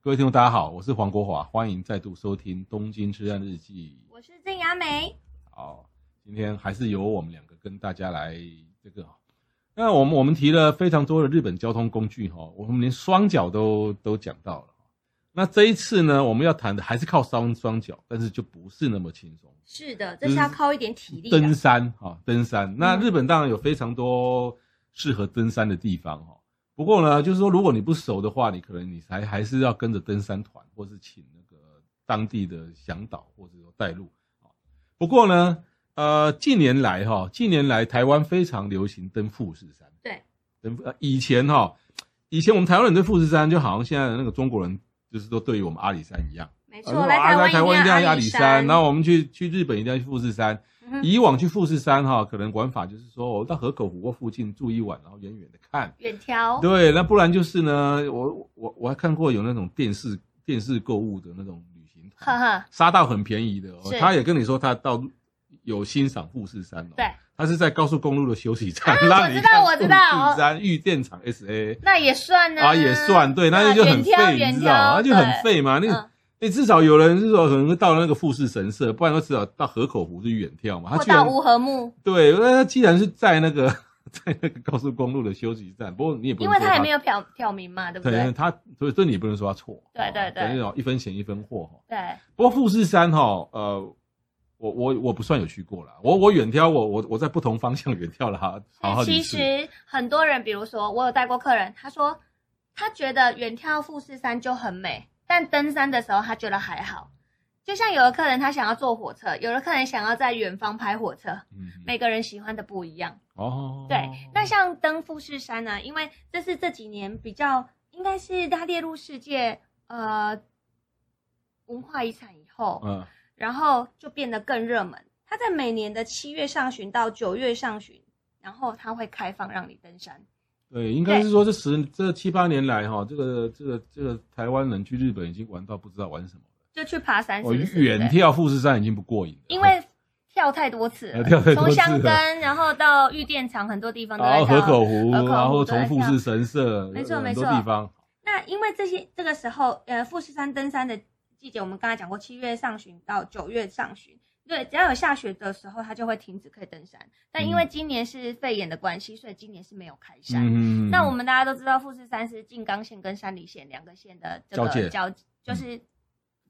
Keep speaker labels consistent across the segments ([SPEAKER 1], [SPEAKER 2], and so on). [SPEAKER 1] 各位听众，大家好，我是黄国华，欢迎再度收听《东京之战日记
[SPEAKER 2] 我是郑雅美，》。
[SPEAKER 1] 好，今天还是由我们两个跟大家来这个哦。那我们我们提了非常多的日本交通工具哈、哦，我们连双脚都都讲到了。那这一次呢，我们要谈的还是靠双双脚，但是就不是那么轻松。
[SPEAKER 2] 是的，这是要靠一点体力啊
[SPEAKER 1] 登
[SPEAKER 2] 的。
[SPEAKER 1] 山哈、哦登山。那
[SPEAKER 2] 嗯
[SPEAKER 1] 日本当然有非常多适合登山的地方哈、哦不过呢，就是说如果你不熟的话，你可能你还还是要跟着登山团，或是请那个当地的向导或者说带路。哦不过呢，呃，近年来哈、近年来台湾非常流行登富士山。
[SPEAKER 2] 对，
[SPEAKER 1] 登呃以前哈、以前我们台湾人对富士山就好像现在的那个中国人就是都对于我们阿里山一样。
[SPEAKER 2] 没
[SPEAKER 1] 啊
[SPEAKER 2] 错，来台
[SPEAKER 1] 来
[SPEAKER 2] 湾
[SPEAKER 1] 台湾一定要去阿
[SPEAKER 2] 阿
[SPEAKER 1] 里山，
[SPEAKER 2] 山。
[SPEAKER 1] 然后我们去去日本一定要去富士山。
[SPEAKER 2] 嗯哼
[SPEAKER 1] 以往去富士山哈，可能玩法就是说，我到河口湖或附近住一晚，然后远远的看。
[SPEAKER 2] 远眺，
[SPEAKER 1] 对，那不然就是呢，我我我还看过有那种电视电视购物的那种旅行
[SPEAKER 2] 呵
[SPEAKER 1] 团，
[SPEAKER 2] 呵，
[SPEAKER 1] 沙道很便宜的哦
[SPEAKER 2] 是，
[SPEAKER 1] 他也跟你说他到有欣赏富士山哦。
[SPEAKER 2] 对，
[SPEAKER 1] 他是在高速公路的休息站，
[SPEAKER 2] 啊
[SPEAKER 1] 让你
[SPEAKER 2] 我知道
[SPEAKER 1] 看
[SPEAKER 2] 我知道
[SPEAKER 1] 富士山御电厂 SA
[SPEAKER 2] 那也算呢。
[SPEAKER 1] 啊，也算对，那
[SPEAKER 2] 啊
[SPEAKER 1] 就很
[SPEAKER 2] 远眺
[SPEAKER 1] 费，
[SPEAKER 2] 远
[SPEAKER 1] 你
[SPEAKER 2] 眺，
[SPEAKER 1] 知道吗？那就很
[SPEAKER 2] 对。
[SPEAKER 1] 费嘛，那个。
[SPEAKER 2] 嗯，
[SPEAKER 1] 哎、至少有人是说可能会到那个富士神社，不然都至少到河口湖去远眺嘛。他
[SPEAKER 2] 或
[SPEAKER 1] 居然
[SPEAKER 2] 到乌河木，
[SPEAKER 1] 对，那他既然是在那个在那个高速公路的休息站，不过你也不
[SPEAKER 2] 因
[SPEAKER 1] 能
[SPEAKER 2] 为
[SPEAKER 1] 说
[SPEAKER 2] 他也没有挑挑明嘛，对不
[SPEAKER 1] 对，
[SPEAKER 2] 对？
[SPEAKER 1] 他所以这你也不能说他错。哦
[SPEAKER 2] 对对
[SPEAKER 1] 等
[SPEAKER 2] 对
[SPEAKER 1] 于一分钱一分货哈。
[SPEAKER 2] 对，
[SPEAKER 1] 不过富士山哈、呃，我我我不算有去过啦，我我远眺我我我在不同方向远眺了哈，好好几
[SPEAKER 2] 其
[SPEAKER 1] 次。
[SPEAKER 2] 实很多人，比如说我有带过客人，他说他觉得远眺富士山就很美，但登山的时候他觉得还好。就像有的客人他想要坐火车，有的客人想要在远方拍火车，
[SPEAKER 1] 嗯，
[SPEAKER 2] 每个人喜欢的不一样。
[SPEAKER 1] 哦，
[SPEAKER 2] 对，那像登富士山呢、因为这是这几年比较，应该是它列入世界呃文化遗产以后，
[SPEAKER 1] 嗯
[SPEAKER 2] 然后就变得更热门。它在每年的七月上旬到九月上旬，然后它会开放让你登山。
[SPEAKER 1] 对，应该是说这十这七八年来哈、这个这个这个台湾人去日本已经玩到不知道玩什么。
[SPEAKER 2] 就去爬山是
[SPEAKER 1] 我
[SPEAKER 2] 不是？
[SPEAKER 1] 远
[SPEAKER 2] 对
[SPEAKER 1] 眺富士山已经不过瘾了，
[SPEAKER 2] 因为跳太多次了
[SPEAKER 1] 呃 跳太多次了
[SPEAKER 2] 从香根，然后到玉电厂，很多地方都
[SPEAKER 1] 然
[SPEAKER 2] 在
[SPEAKER 1] 后河口湖，
[SPEAKER 2] 河口湖
[SPEAKER 1] 然后从富士神社，
[SPEAKER 2] 对跳
[SPEAKER 1] 有
[SPEAKER 2] 没
[SPEAKER 1] 很
[SPEAKER 2] 错
[SPEAKER 1] 多地方。
[SPEAKER 2] 那因为这些这个时候，呃，富士山登山的季节，我们刚才讲过，七月上旬到九月上旬，对，只要有下雪的时候，它就会停止可以登山。但因为今年是肺炎的关系，所以今年是没有开山。
[SPEAKER 1] 嗯
[SPEAKER 2] 那我们大家都知道，富士山是静冈县跟山梨县两个县的这
[SPEAKER 1] 交界嗯
[SPEAKER 2] 个交，就是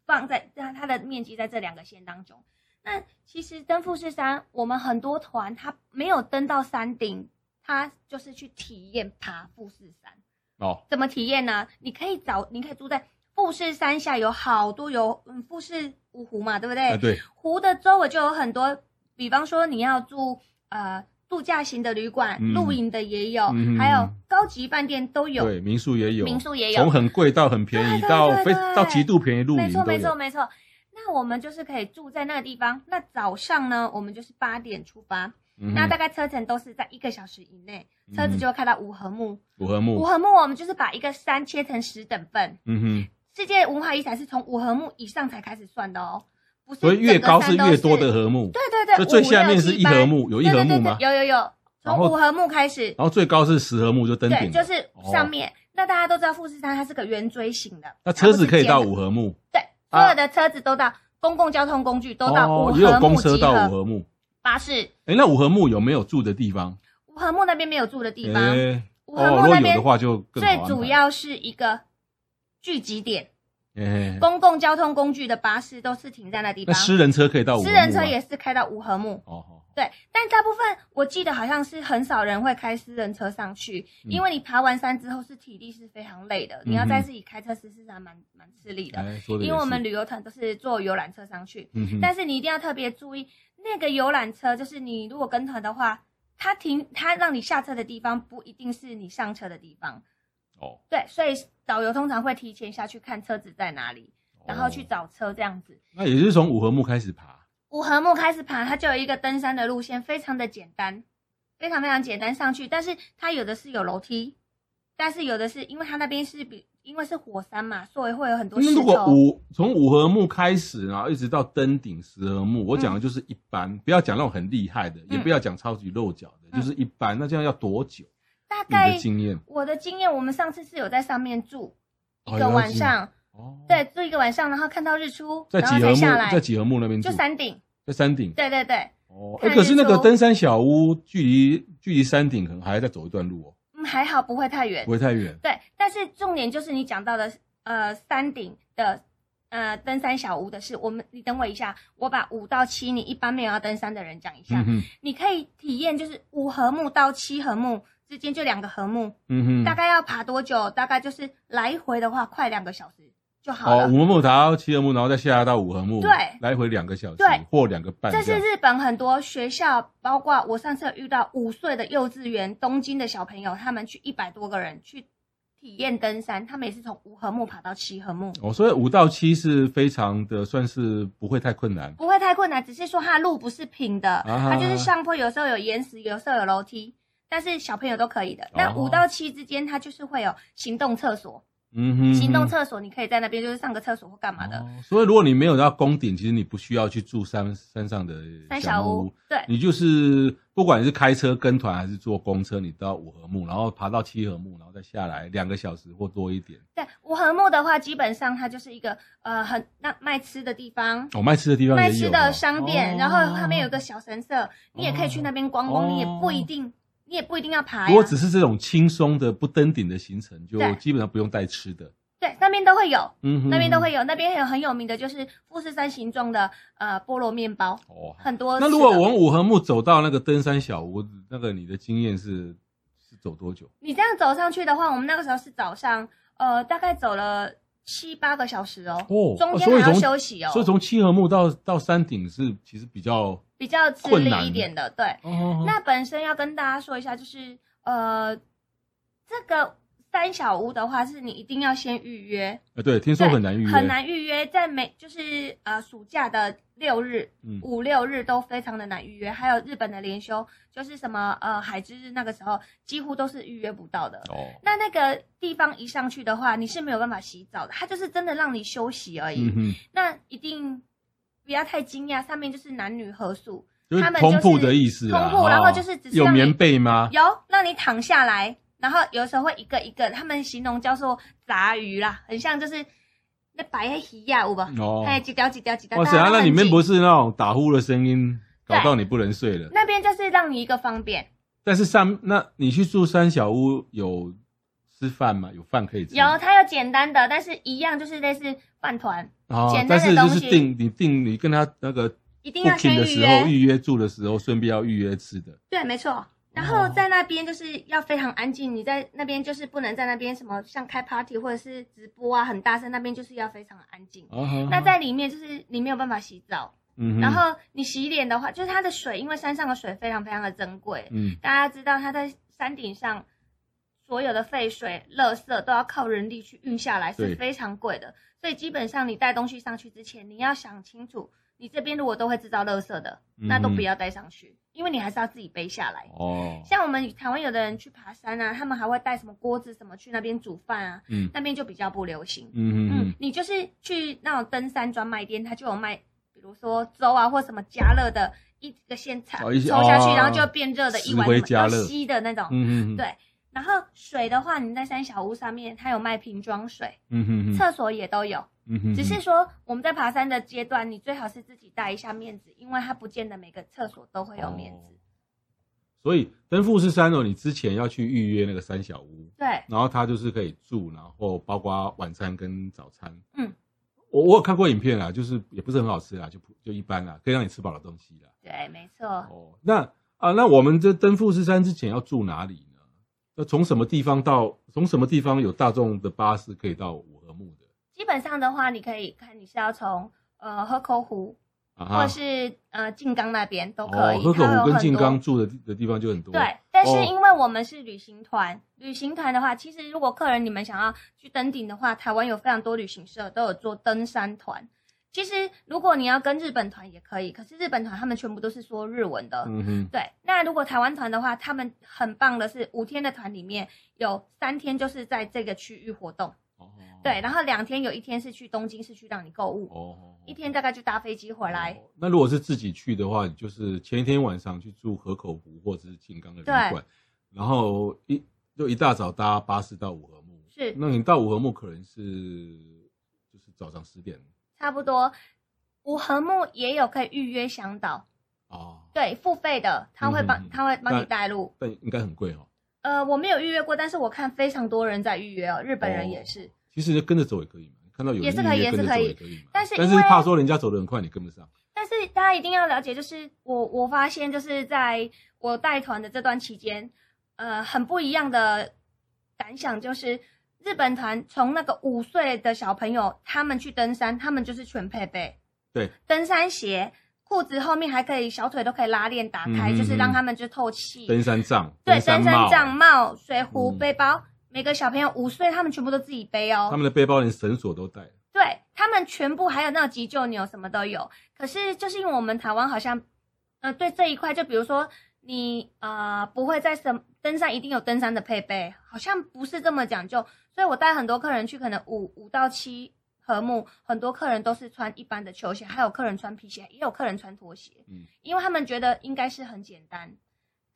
[SPEAKER 2] 放在它它的面积在这两个县当中。那其实登富士山，我们很多团它没有登到山顶，它就是去体验爬富士山。
[SPEAKER 1] 哦，
[SPEAKER 2] 怎么体验呢？你可以找，你可以住在富士山下，有好多有嗯富士五湖嘛，对不对？
[SPEAKER 1] 哎对，
[SPEAKER 2] 湖的周围就有很多，比方说你要住呃度假型的旅馆、
[SPEAKER 1] 嗯
[SPEAKER 2] 露营的也有，
[SPEAKER 1] 嗯
[SPEAKER 2] 还有高级饭店都有，
[SPEAKER 1] 对，民宿也有，
[SPEAKER 2] 民宿也有
[SPEAKER 1] 从，很贵到很便宜，
[SPEAKER 2] 对对
[SPEAKER 1] 到
[SPEAKER 2] 对
[SPEAKER 1] 非
[SPEAKER 2] 对
[SPEAKER 1] 到极度便宜露
[SPEAKER 2] 没
[SPEAKER 1] 营
[SPEAKER 2] 错
[SPEAKER 1] 都
[SPEAKER 2] 没错
[SPEAKER 1] 有。
[SPEAKER 2] 没错。那我们就是可以住在那个地方。那早上呢，我们就是八点出发，
[SPEAKER 1] 嗯
[SPEAKER 2] 那大概车程都是在一个小时以内，车子就会开到五合目。
[SPEAKER 1] 五合
[SPEAKER 2] 五
[SPEAKER 1] 木，
[SPEAKER 2] 合目我们就是把一个山切成十等份，
[SPEAKER 1] 嗯哼，
[SPEAKER 2] 世界文化遗产是从五合目以上才开始算的哦，不是
[SPEAKER 1] 所以越
[SPEAKER 2] 整个
[SPEAKER 1] 高
[SPEAKER 2] 山
[SPEAKER 1] 是
[SPEAKER 2] 都
[SPEAKER 1] 越多的。和木，
[SPEAKER 2] 对对对，
[SPEAKER 1] 就
[SPEAKER 2] 五
[SPEAKER 1] 最下面是一合，目，有
[SPEAKER 2] 六
[SPEAKER 1] 一
[SPEAKER 2] 七八
[SPEAKER 1] 合木
[SPEAKER 2] 对
[SPEAKER 1] 吗
[SPEAKER 2] 对对？有有有，
[SPEAKER 1] 然
[SPEAKER 2] 从
[SPEAKER 1] 后哦
[SPEAKER 2] 五合目开始，
[SPEAKER 1] 然后最高是十合木就登
[SPEAKER 2] 对，
[SPEAKER 1] 顶
[SPEAKER 2] 就
[SPEAKER 1] 了，
[SPEAKER 2] 是
[SPEAKER 1] 哦
[SPEAKER 2] 上面。那大家都知道富士山它是个圆锥形的，
[SPEAKER 1] 那车子可以到
[SPEAKER 2] 它不是
[SPEAKER 1] 五合木，
[SPEAKER 2] 尖的，对，
[SPEAKER 1] 啊哦
[SPEAKER 2] 所有的车子都到，公共交通工具都到五
[SPEAKER 1] 也有
[SPEAKER 2] 合
[SPEAKER 1] 公
[SPEAKER 2] 目
[SPEAKER 1] 车
[SPEAKER 2] 集
[SPEAKER 1] 到五
[SPEAKER 2] 合，
[SPEAKER 1] 合木。
[SPEAKER 2] 巴士。
[SPEAKER 1] 哎，那五合木有没有住的地方？
[SPEAKER 2] 五合目那边没有住的地方，
[SPEAKER 1] 哎，
[SPEAKER 2] 五合
[SPEAKER 1] 哦，如
[SPEAKER 2] 目
[SPEAKER 1] 果
[SPEAKER 2] 那
[SPEAKER 1] 有的
[SPEAKER 2] 边
[SPEAKER 1] 话就更好
[SPEAKER 2] 最
[SPEAKER 1] 安
[SPEAKER 2] 主
[SPEAKER 1] 排。
[SPEAKER 2] 要是一个聚集点，
[SPEAKER 1] 哎，
[SPEAKER 2] 公共交通工具的巴士都是停在那地
[SPEAKER 1] 那
[SPEAKER 2] 方。
[SPEAKER 1] 私人车可以到五合
[SPEAKER 2] 私
[SPEAKER 1] 木
[SPEAKER 2] 人车
[SPEAKER 1] 吗
[SPEAKER 2] 也是开到五合目，
[SPEAKER 1] 哦好，
[SPEAKER 2] 对，但大部分我记得好像是很少人会开私人车上去，
[SPEAKER 1] 嗯
[SPEAKER 2] 因为你爬完山之后是体力是非常累的，你要再自己开车其实还蛮蛮吃力的，
[SPEAKER 1] 哎，说的
[SPEAKER 2] 因为我们旅游团都是坐游览车上去，
[SPEAKER 1] 嗯哼，
[SPEAKER 2] 但是你一定要特别注意那个游览车，就是你如果跟团的话，它停它让你下车的地方不一定是你上车的地方，
[SPEAKER 3] 哦，
[SPEAKER 2] 对，所以导游通常会提前下去看车子在哪里，然后去
[SPEAKER 3] 哦。
[SPEAKER 2] 找车这样子。
[SPEAKER 1] 那也就是从五合目开始爬，
[SPEAKER 2] 五合目开始爬，它就有一个登山的路线，非常的简单，非常非常简单上去。但是它有的是有楼梯，但是有的是因为它那边是比因为是火山嘛，所以会有很多石
[SPEAKER 1] 那如果
[SPEAKER 2] 头。
[SPEAKER 1] 五从五合目开始，然后一直到登顶十合目，我
[SPEAKER 2] 嗯
[SPEAKER 1] 讲的就是一般，不要讲那种很厉害的，也不要讲超级露脚的，
[SPEAKER 2] 嗯
[SPEAKER 1] 就是一般。那这样要多久？
[SPEAKER 2] 大
[SPEAKER 1] 你的
[SPEAKER 2] 概
[SPEAKER 1] 经验
[SPEAKER 2] 我的经验，我们上次是有在上面住
[SPEAKER 1] 哦
[SPEAKER 2] 一
[SPEAKER 1] 有
[SPEAKER 2] 个
[SPEAKER 1] 在
[SPEAKER 2] 晚
[SPEAKER 1] 住
[SPEAKER 2] 上，
[SPEAKER 1] 哦，，
[SPEAKER 2] 对，住一个晚上，然后看到日出，
[SPEAKER 1] 在
[SPEAKER 2] 然后
[SPEAKER 1] 几
[SPEAKER 2] 才
[SPEAKER 1] 合
[SPEAKER 2] 下
[SPEAKER 1] 目，在
[SPEAKER 2] 来，
[SPEAKER 1] 几合目那边住
[SPEAKER 2] 就，山顶。
[SPEAKER 1] 在山顶。
[SPEAKER 2] 对对对，
[SPEAKER 1] 哦，哎、
[SPEAKER 2] 看日
[SPEAKER 1] 可是那个
[SPEAKER 2] 出
[SPEAKER 1] 登山小屋距离距离山顶可能还要再走一段路哦，
[SPEAKER 2] 嗯，还好不会太远
[SPEAKER 1] 不。会太远。
[SPEAKER 2] 对，但是重点就是你讲到的，呃，山顶的，呃，登山小屋的事。我们，你等我一下，我把五到七，你一般没有要登山的人讲一下。
[SPEAKER 1] 嗯哼，
[SPEAKER 2] 你可以体验就是五合目到七合目之间就两个合目，
[SPEAKER 1] 嗯哼，
[SPEAKER 2] 大概要爬多久？大概就是来回的话，快两个小时就好
[SPEAKER 1] 哦，
[SPEAKER 2] 了。
[SPEAKER 1] 五合目达到七合目，然后再下到五合目，
[SPEAKER 2] 对
[SPEAKER 1] 来回两个小时，
[SPEAKER 2] 对
[SPEAKER 1] 或两个半
[SPEAKER 2] 这
[SPEAKER 1] 样。
[SPEAKER 2] 是日本很多学校，包括我上次有遇到五岁的幼稚园东京的小朋友，他们去一百多个人去体验登山，他们也是从五合目爬到七合目。
[SPEAKER 1] 哦，所以五到七是非常的，算是不会太困难。
[SPEAKER 2] 不会太困难，只是说它路不是平的，
[SPEAKER 1] 啊
[SPEAKER 2] 它就是上坡，有时候有岩石，有时候有楼梯，但是小朋友都可以
[SPEAKER 1] 哦
[SPEAKER 2] 的。那五到七之间，它就是会有行动厕所，
[SPEAKER 1] 嗯哼，
[SPEAKER 2] 行动厕所你可以在那边就是上个厕所或干嘛的。
[SPEAKER 1] 哦所以如果你没有到宫顶，其实你不需要去住山山上的
[SPEAKER 2] 三
[SPEAKER 1] 小
[SPEAKER 2] 小
[SPEAKER 1] 木
[SPEAKER 2] 屋
[SPEAKER 1] 屋，，嗯
[SPEAKER 2] 对
[SPEAKER 1] 你就是不管你是开车跟团还是坐公车，你到五合目，然后爬到七合目，然后再下来两个小时或多一点。
[SPEAKER 2] 对，五合目的话，基本上它就是一个呃很那卖吃的地方，
[SPEAKER 1] 哦，卖吃的地方也
[SPEAKER 2] 卖
[SPEAKER 1] 有
[SPEAKER 2] 吃的
[SPEAKER 1] 哦
[SPEAKER 2] 商店，
[SPEAKER 1] 哦
[SPEAKER 2] 然后旁边有一个小神社，你也可以去那边观光，
[SPEAKER 1] 哦
[SPEAKER 2] 你也不一定，你也不一定要啊爬呀。
[SPEAKER 1] 如果只是这种轻松的不登顶的行程，就
[SPEAKER 2] 对
[SPEAKER 1] 基本上不用带吃的。
[SPEAKER 2] 对，那边都会有，
[SPEAKER 1] 嗯哼，
[SPEAKER 2] 那边都会有，那边有很有名的就是富士山形状的呃菠萝面包。
[SPEAKER 1] 哦。
[SPEAKER 2] 很多次的。
[SPEAKER 1] 那如果往五合目走到那个登山小屋，那个你的经验是是走多久？
[SPEAKER 2] 你这样走上去的话，我们那个时候是早上，呃，大概走了七八个小时哦，
[SPEAKER 1] 哦
[SPEAKER 2] 中间
[SPEAKER 1] 所以
[SPEAKER 2] 还要
[SPEAKER 1] 从
[SPEAKER 2] 休息哦，
[SPEAKER 1] 所以从七合目到到山顶是其实比较
[SPEAKER 2] 比较吃
[SPEAKER 1] 困
[SPEAKER 2] 力
[SPEAKER 1] 难
[SPEAKER 2] 一点的。对，
[SPEAKER 1] 哦
[SPEAKER 2] 那本身要跟大家说一下，就是呃，这个三小屋的话，是你一定要先预约，
[SPEAKER 1] 呃对，听说
[SPEAKER 2] 对
[SPEAKER 1] 很难预约，
[SPEAKER 2] 很难预约，在每就是呃暑假的六日、
[SPEAKER 1] 嗯
[SPEAKER 2] 五六日都非常的难预约，还有日本的连休，就是什么呃海之日那个时候几乎都是预约不到的。
[SPEAKER 1] 哦。
[SPEAKER 2] 那那个地方一上去的话，你是没有办法洗澡的，它就是真的让你休息而已。
[SPEAKER 1] 嗯哼，
[SPEAKER 2] 那一定不要太惊讶，上面就是男女合宿，
[SPEAKER 1] 就是
[SPEAKER 2] 他们
[SPEAKER 1] 同铺
[SPEAKER 2] 就是
[SPEAKER 1] 的意思啦。
[SPEAKER 2] 同铺
[SPEAKER 1] 哦
[SPEAKER 2] 然后就是只是
[SPEAKER 1] 有
[SPEAKER 2] 让你
[SPEAKER 1] 棉被吗？
[SPEAKER 2] 有让你躺下来，然后有时候会一个一个，他们形容叫做杂鱼啦，很像就是那白黑鱼呀，有吧？
[SPEAKER 1] 哦，
[SPEAKER 2] 哎、几条几条几条，
[SPEAKER 1] 哇塞，
[SPEAKER 2] 大家
[SPEAKER 1] 啊
[SPEAKER 2] 都
[SPEAKER 1] 那
[SPEAKER 2] 很
[SPEAKER 1] 里面
[SPEAKER 2] 近
[SPEAKER 1] 不是那种打呼的声音，搞
[SPEAKER 2] 对
[SPEAKER 1] 到你不能睡了。
[SPEAKER 2] 那边就是让你一个方便，
[SPEAKER 1] 但是上，那你去住三小屋有吃饭吗？有饭可以吃？
[SPEAKER 2] 有它有简单的，但是一样就是类似饭团，
[SPEAKER 1] 哦
[SPEAKER 2] 简
[SPEAKER 1] 但
[SPEAKER 2] 单的
[SPEAKER 1] 是就
[SPEAKER 2] 东
[SPEAKER 1] 是
[SPEAKER 2] 西
[SPEAKER 1] 定你定你跟他那个
[SPEAKER 2] 一定要
[SPEAKER 1] booking
[SPEAKER 2] 先
[SPEAKER 1] 的
[SPEAKER 2] 预
[SPEAKER 1] 时候
[SPEAKER 2] 约。
[SPEAKER 1] 预约住的时候，顺便要预约吃的。
[SPEAKER 2] 对，没错。然
[SPEAKER 1] 哦
[SPEAKER 2] 后在那边就是要非常安静，你在那边就是不能在那边什么像开 party 或者是直播啊很大声，那边就是要非常安静。
[SPEAKER 1] 哦
[SPEAKER 2] 那在里面就是你没有办法洗澡，
[SPEAKER 1] 嗯哼
[SPEAKER 2] 然后你洗脸的话，就是它的水，因为山上的水非常非常的珍贵，
[SPEAKER 1] 嗯
[SPEAKER 2] 大家知道它在山顶上所有的废水、垃圾都要靠人力去运下来，
[SPEAKER 1] 对
[SPEAKER 2] 是非常贵的。所以基本上你带东西上去之前，你要想清楚，你这边如果都会制造垃圾的，那都
[SPEAKER 1] 嗯哼
[SPEAKER 2] 不要带上去，因为你还是要自己背下来。
[SPEAKER 1] 哦
[SPEAKER 2] 像我们台湾有的人去爬山啊，他们还会带什么锅子什么去那边煮饭啊，
[SPEAKER 1] 嗯
[SPEAKER 2] 那边就比较不流行。
[SPEAKER 1] 嗯哼
[SPEAKER 2] 嗯
[SPEAKER 1] 嗯，
[SPEAKER 2] 你就是去那种登山专卖店，它就有卖，比如说粥啊，或什么加热的，一个现场
[SPEAKER 1] 哦
[SPEAKER 2] 抽
[SPEAKER 1] 一些
[SPEAKER 2] 下去，
[SPEAKER 1] 哦
[SPEAKER 2] 然后就变热的一碗
[SPEAKER 1] 石灰
[SPEAKER 2] 什
[SPEAKER 1] 加
[SPEAKER 2] 么
[SPEAKER 1] 热
[SPEAKER 2] 要稀的那种。
[SPEAKER 1] 嗯嗯
[SPEAKER 2] 对然后水的话，你在山小屋上面，它有卖瓶装水，
[SPEAKER 1] 嗯哼
[SPEAKER 2] 厕所也都有。
[SPEAKER 1] 嗯哼
[SPEAKER 2] 只是说我们在爬山的阶段，你最好是自己带一下面子，因为它不见得每个厕所都会有面
[SPEAKER 1] 哦
[SPEAKER 2] 子。
[SPEAKER 1] 所以登富士山哦，你之前要去预约那个三小屋，
[SPEAKER 2] 对，
[SPEAKER 1] 然后它就是可以住，然后包括晚餐跟早餐。
[SPEAKER 2] 嗯，
[SPEAKER 1] 我我有看过影片啦，就是也不是很好吃啦，就普就一般啦，可以让你吃饱的东西啦。
[SPEAKER 2] 对，没错。
[SPEAKER 1] 哦，那啊，那我们这登富士山之前要住哪里呢？那从什么地方到从什么地方有大众的巴士可以到五合目的？
[SPEAKER 2] 基本上的话，你可以看你是要从呃河口湖
[SPEAKER 1] 啊
[SPEAKER 2] 或
[SPEAKER 1] 哈
[SPEAKER 2] 者，是呃静冈那边都可
[SPEAKER 1] 哦，
[SPEAKER 2] 以。
[SPEAKER 1] 河口
[SPEAKER 2] 它有
[SPEAKER 1] 湖
[SPEAKER 2] 很
[SPEAKER 1] 跟
[SPEAKER 2] 多
[SPEAKER 1] 静冈住的地的地方就很多。
[SPEAKER 2] 对，但
[SPEAKER 1] 哦
[SPEAKER 2] 是因为我们是旅行团，旅行团的话，其实如果客人你们想要去登顶的话，台湾有非常多旅行社都有做登山团。其实如果你要跟日本团也可以，可是日本团他们全部都是说日文的。
[SPEAKER 1] 嗯哼，
[SPEAKER 2] 对，那如果台湾团的话，他们很棒的是五天的团里面有三天就是在这个区域活动，
[SPEAKER 1] 哦
[SPEAKER 2] 对，，然后两天有一天是去东京市区让你购物，
[SPEAKER 1] 哦，
[SPEAKER 2] 一天大概就搭飞机回来。
[SPEAKER 1] 哦那如果是自己去的话，你就是前一天晚上去住河口湖或者是静冈的旅
[SPEAKER 2] 对
[SPEAKER 1] 馆，然后一就一大早搭巴士到五合目。
[SPEAKER 2] 是
[SPEAKER 1] 那你到五合目可能是就是早上十点
[SPEAKER 2] 差不多。五合目也有可以预约向导，
[SPEAKER 1] 哦，
[SPEAKER 2] 对，付费的，他会帮、
[SPEAKER 1] 嗯
[SPEAKER 2] 他会帮
[SPEAKER 1] 但
[SPEAKER 2] 你带路。
[SPEAKER 1] 但应该很贵哦。
[SPEAKER 2] 呃，我没有预约过，但是我看非常多人在预约哦，日本人
[SPEAKER 1] 哦
[SPEAKER 2] 也是。
[SPEAKER 1] 其实跟着走也可以嘛，看到有人
[SPEAKER 2] 也是可以
[SPEAKER 1] 预约跟着走
[SPEAKER 2] 也是可以
[SPEAKER 1] 可以嘛。
[SPEAKER 2] 但是因
[SPEAKER 1] 但
[SPEAKER 2] 为
[SPEAKER 1] 是怕说人家走得很快，你跟不上。
[SPEAKER 2] 但是大家一定要了解，就是我我发现就是在我带团的这段期间，呃，很不一样的感想就是。日本团从那个五岁的小朋友，他们去登山，他们就是全配备，
[SPEAKER 1] 对，
[SPEAKER 2] 登山鞋、裤子后面还可以，小腿都可以拉链打开，
[SPEAKER 1] 嗯嗯
[SPEAKER 2] 就是让
[SPEAKER 1] 嗯
[SPEAKER 2] 他们就透气。
[SPEAKER 1] 登山杖，
[SPEAKER 2] 对，
[SPEAKER 1] 山
[SPEAKER 2] 登
[SPEAKER 1] 帽啊
[SPEAKER 2] 山杖、帽、水壶、
[SPEAKER 1] 嗯
[SPEAKER 2] 背包，每个小朋友五岁，他们全部都自己背哦。
[SPEAKER 1] 他们的背包连绳索都带。
[SPEAKER 2] 对他们全部还有那种急救钮什么都有。可是就是因为我们台湾好像，呃，对这一块，就比如说你呃不会在什登山一定有登山的配备，好像不是这么讲究。所以我带很多客人去，可能五五到七和睦，很多客人都是穿一般的球鞋，还有客人穿皮鞋，也有客人穿拖鞋，
[SPEAKER 1] 嗯
[SPEAKER 2] 因为他们觉得应该是很简单。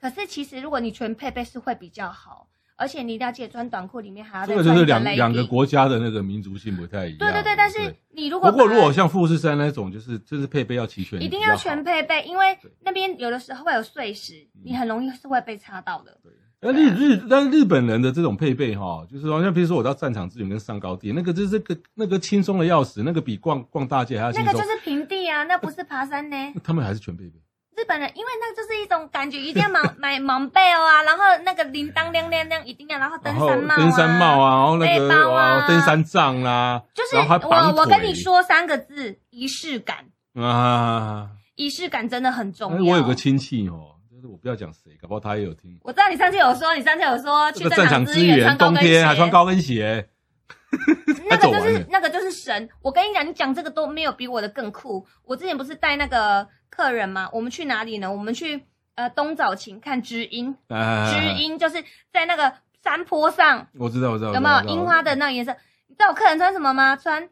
[SPEAKER 2] 可是其实如果你全配备是会比较好，而且你一定要记得穿短裤，里面还要再
[SPEAKER 1] 这
[SPEAKER 2] 穿
[SPEAKER 1] 个就
[SPEAKER 2] 一
[SPEAKER 1] 是两
[SPEAKER 2] legging
[SPEAKER 1] 两个国家的那个民族性不太一样。
[SPEAKER 2] 对对对，但是你如果
[SPEAKER 1] 不过
[SPEAKER 2] 把
[SPEAKER 1] 如果像富士山那种，就是就是配备要齐全，
[SPEAKER 2] 一定
[SPEAKER 1] 比较
[SPEAKER 2] 要
[SPEAKER 1] 好
[SPEAKER 2] 全。配备，因为
[SPEAKER 1] 对嗯
[SPEAKER 2] 那边有的时候会有碎石，你很容易是会被擦到的。
[SPEAKER 1] 那日日但日本人的这种配备哈、就是说像比如说我到战场之前跟上高地，那个就是个那个轻松的要死，那个比逛逛大街还要轻
[SPEAKER 2] 那
[SPEAKER 1] 松。
[SPEAKER 2] 个就是平地啊，那不是爬山 呢。
[SPEAKER 1] 他们还是全配备。
[SPEAKER 2] 日本人因为那就是一种感觉，一定要买买盲背哦啊，然后那个铃铛亮亮亮，一定要，然后登
[SPEAKER 1] 然后
[SPEAKER 2] 山帽、
[SPEAKER 1] 登山帽
[SPEAKER 2] 啊，
[SPEAKER 1] 啊，然后那
[SPEAKER 2] 背
[SPEAKER 1] 个
[SPEAKER 2] 包啊
[SPEAKER 1] 哦登山杖啊啦、
[SPEAKER 2] 就是
[SPEAKER 1] 然后还绑
[SPEAKER 2] 我我跟
[SPEAKER 1] 腿
[SPEAKER 2] 你说三个字，仪式感，
[SPEAKER 1] 啊啊。
[SPEAKER 2] 仪式感真的很重
[SPEAKER 1] 哎
[SPEAKER 2] 要。
[SPEAKER 1] 我有个亲戚哦，就是我不要讲谁，搞不好他也有听。
[SPEAKER 2] 我知道你上次有说，你上次有说
[SPEAKER 1] 这
[SPEAKER 2] 去
[SPEAKER 1] 个战场
[SPEAKER 2] 场
[SPEAKER 1] 支
[SPEAKER 2] 援
[SPEAKER 1] 援，
[SPEAKER 2] 穿高
[SPEAKER 1] 冬
[SPEAKER 2] 跟鞋
[SPEAKER 1] 天还穿高跟鞋，
[SPEAKER 2] 那
[SPEAKER 1] 走
[SPEAKER 2] 个就
[SPEAKER 1] 完了
[SPEAKER 2] 是那个就是神。我跟你讲，你讲这个都没有比我的更酷。我之前不是带那个客人嘛，我们去哪里呢？我们去呃东早晴看知音，
[SPEAKER 1] 啊
[SPEAKER 2] 知音就是在那个山坡上，
[SPEAKER 1] 哎我知道，我知道，
[SPEAKER 2] 有没有
[SPEAKER 1] 我知道
[SPEAKER 2] 樱花？的那种颜色？你知道我客人穿什么吗？穿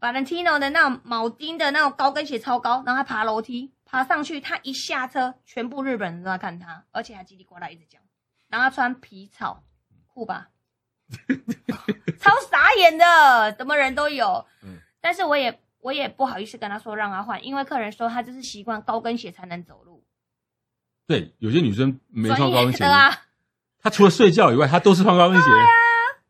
[SPEAKER 2] Valentino 的那种铆钉的那种高跟鞋，超高，然后他爬楼梯爬上去，他一下车，全部日本人都在看他，而且还叽里呱啦一直讲。然后他穿皮草，酷 吧？超傻眼的，什么人都有。
[SPEAKER 1] 嗯
[SPEAKER 2] 但是我也我也不好意思跟他说让他换，因为客人说他就是习惯高跟鞋才能走路，
[SPEAKER 1] 对，有些女生没穿高跟鞋
[SPEAKER 2] 专业的，啊，
[SPEAKER 1] 她除了睡觉以外，她都是穿高跟鞋，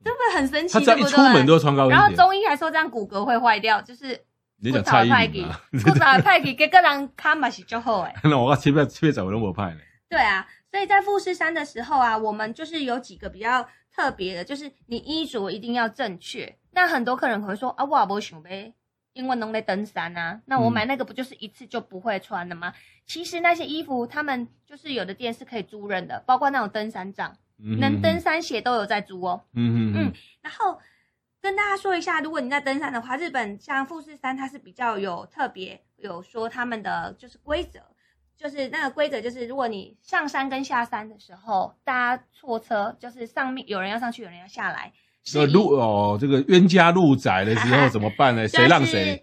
[SPEAKER 2] 这不是很神奇？
[SPEAKER 1] 她只要一
[SPEAKER 2] 对不对
[SPEAKER 1] 出门都要穿高跟
[SPEAKER 2] 然后
[SPEAKER 1] 鞋。
[SPEAKER 2] 中医还说这样骨骼会坏掉，就是
[SPEAKER 1] 你在讲蔡依林啊？
[SPEAKER 2] 骨头会歹去，结果人卡嘛是就好诶。
[SPEAKER 1] 那我七八七八早我都没派呢。
[SPEAKER 2] 对啊，所以在富士山的时候啊，我们就是有几个比较特别的，就是你衣着一定要正确。那很多客人可能会说啊，我也不想呗，因为弄在登山啊，那我买那个不就是一次就不会穿的吗？其实那些衣服，他们就是有的店是可以租人的，包括那种登山杖、
[SPEAKER 1] 嗯
[SPEAKER 2] 能登，山鞋都有在租哦。
[SPEAKER 1] 嗯嗯嗯
[SPEAKER 2] 嗯，然后跟大家说一下，如果你在登山的话，日本像富士山，它是比较有特别有说他们的就是规则，就是那个规则就是，如果你上山跟下山的时候，大家错车，就是上面有人要上去，有人要下来，
[SPEAKER 1] 那
[SPEAKER 2] 是
[SPEAKER 1] 路哦，这个冤家路窄的 时候怎么办呢？
[SPEAKER 2] 以
[SPEAKER 1] 谁让？
[SPEAKER 2] 就
[SPEAKER 1] 谁
[SPEAKER 2] 是？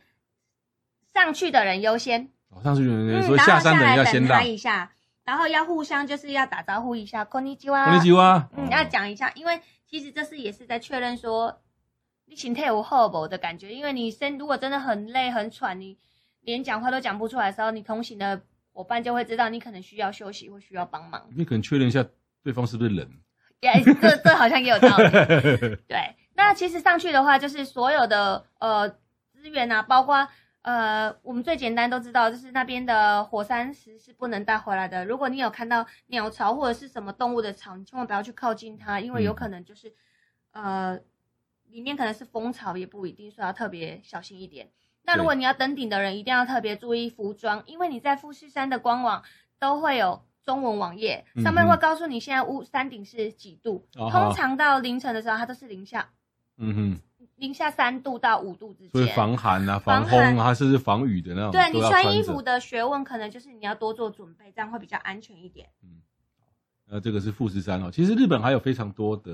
[SPEAKER 2] 上去的人优先，
[SPEAKER 1] 哦上次有人
[SPEAKER 2] 嗯，
[SPEAKER 1] 说
[SPEAKER 2] 然后
[SPEAKER 1] 下山的
[SPEAKER 2] 来
[SPEAKER 1] 人要先
[SPEAKER 2] 等他
[SPEAKER 1] 让。
[SPEAKER 2] 一下，然后要互相就是要打招呼一下，こんにちは，
[SPEAKER 1] こんにちは。
[SPEAKER 2] 嗯
[SPEAKER 1] 哦，
[SPEAKER 2] 要讲一下，因为其实这是也是在确认说你形态无后不的感觉，因为你身如果真的很累很喘，你连讲话都讲不出来的时候，你同行的伙伴就会知道你可能需要休息或需要帮忙。
[SPEAKER 1] 你可能确认一下对方是不是人。
[SPEAKER 2] 也、这这好像也有道理。对，那其实上去的话，就是所有的呃资源啊，包括呃我们最简单都知道，就是那边的火山石是不能带回来的。如果你有看到鸟巢或者是什么动物的巢，你千万不要去靠近它，因
[SPEAKER 1] 嗯
[SPEAKER 2] 为有可能就是、呃里面可能是蜂巢，也不一定，所以要特别小心一点。那如果你要登顶的人，一定要特别注意服装，因为你在富士山的官网都会有中文网页，上面
[SPEAKER 1] 嗯
[SPEAKER 2] 会
[SPEAKER 1] 哼
[SPEAKER 2] 告诉你现在屋山顶是几度。
[SPEAKER 1] 啊哈
[SPEAKER 2] 通常到凌晨的时候，它都是零下
[SPEAKER 1] 嗯哼，
[SPEAKER 2] 零下三度到五度之
[SPEAKER 1] 所以
[SPEAKER 2] 间。
[SPEAKER 1] 防寒啊、
[SPEAKER 2] 防
[SPEAKER 1] 防烘
[SPEAKER 2] 寒
[SPEAKER 1] 啊，甚至防雨的那种，
[SPEAKER 2] 对
[SPEAKER 1] 都
[SPEAKER 2] 你
[SPEAKER 1] 要
[SPEAKER 2] 穿
[SPEAKER 1] 着
[SPEAKER 2] 衣服。的学问，可能就是你要多做准备，这样会比较安全一点。
[SPEAKER 1] 呃，这个是富士山哦。其实日本还有非常多的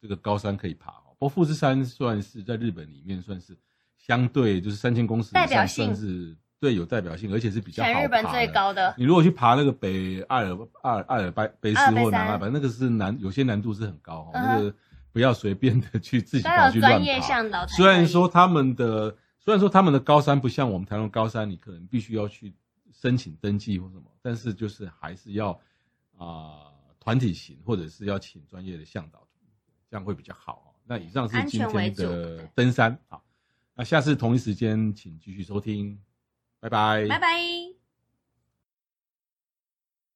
[SPEAKER 1] 这个高山可以爬哦，不过富士山算是在日本里面算是相对就是三千公尺以上
[SPEAKER 2] 代表性
[SPEAKER 1] 算是对有代表性，而且是比较好
[SPEAKER 2] 全日本
[SPEAKER 1] 爬
[SPEAKER 2] 最
[SPEAKER 1] 的。
[SPEAKER 2] 高的，
[SPEAKER 1] 你如果去爬那个北阿尔阿尔阿尔卑卑
[SPEAKER 2] 阿尔
[SPEAKER 1] 斯
[SPEAKER 2] 卑
[SPEAKER 1] 或南
[SPEAKER 2] 山
[SPEAKER 1] 阿尔卑，那个是难，有些难度是很高哦，
[SPEAKER 2] 嗯哼
[SPEAKER 1] 那个不要随便的去自己
[SPEAKER 2] 都
[SPEAKER 1] 跑
[SPEAKER 2] 有
[SPEAKER 1] 去乱
[SPEAKER 2] 专业
[SPEAKER 1] 爬。
[SPEAKER 2] 向导才可以。
[SPEAKER 1] 虽然说他们的虽然说他们的高山不像我们台湾高山，你可能必须要去申请登记或什么，但是就是还是要啊团、体型或者是要请专业的向导，这样会比较好哦。那以上是今
[SPEAKER 2] 安全为
[SPEAKER 1] 天
[SPEAKER 2] 主
[SPEAKER 1] 的
[SPEAKER 2] 对
[SPEAKER 1] 登山好，那下次同一时间请继续收听，拜拜，
[SPEAKER 2] 拜拜。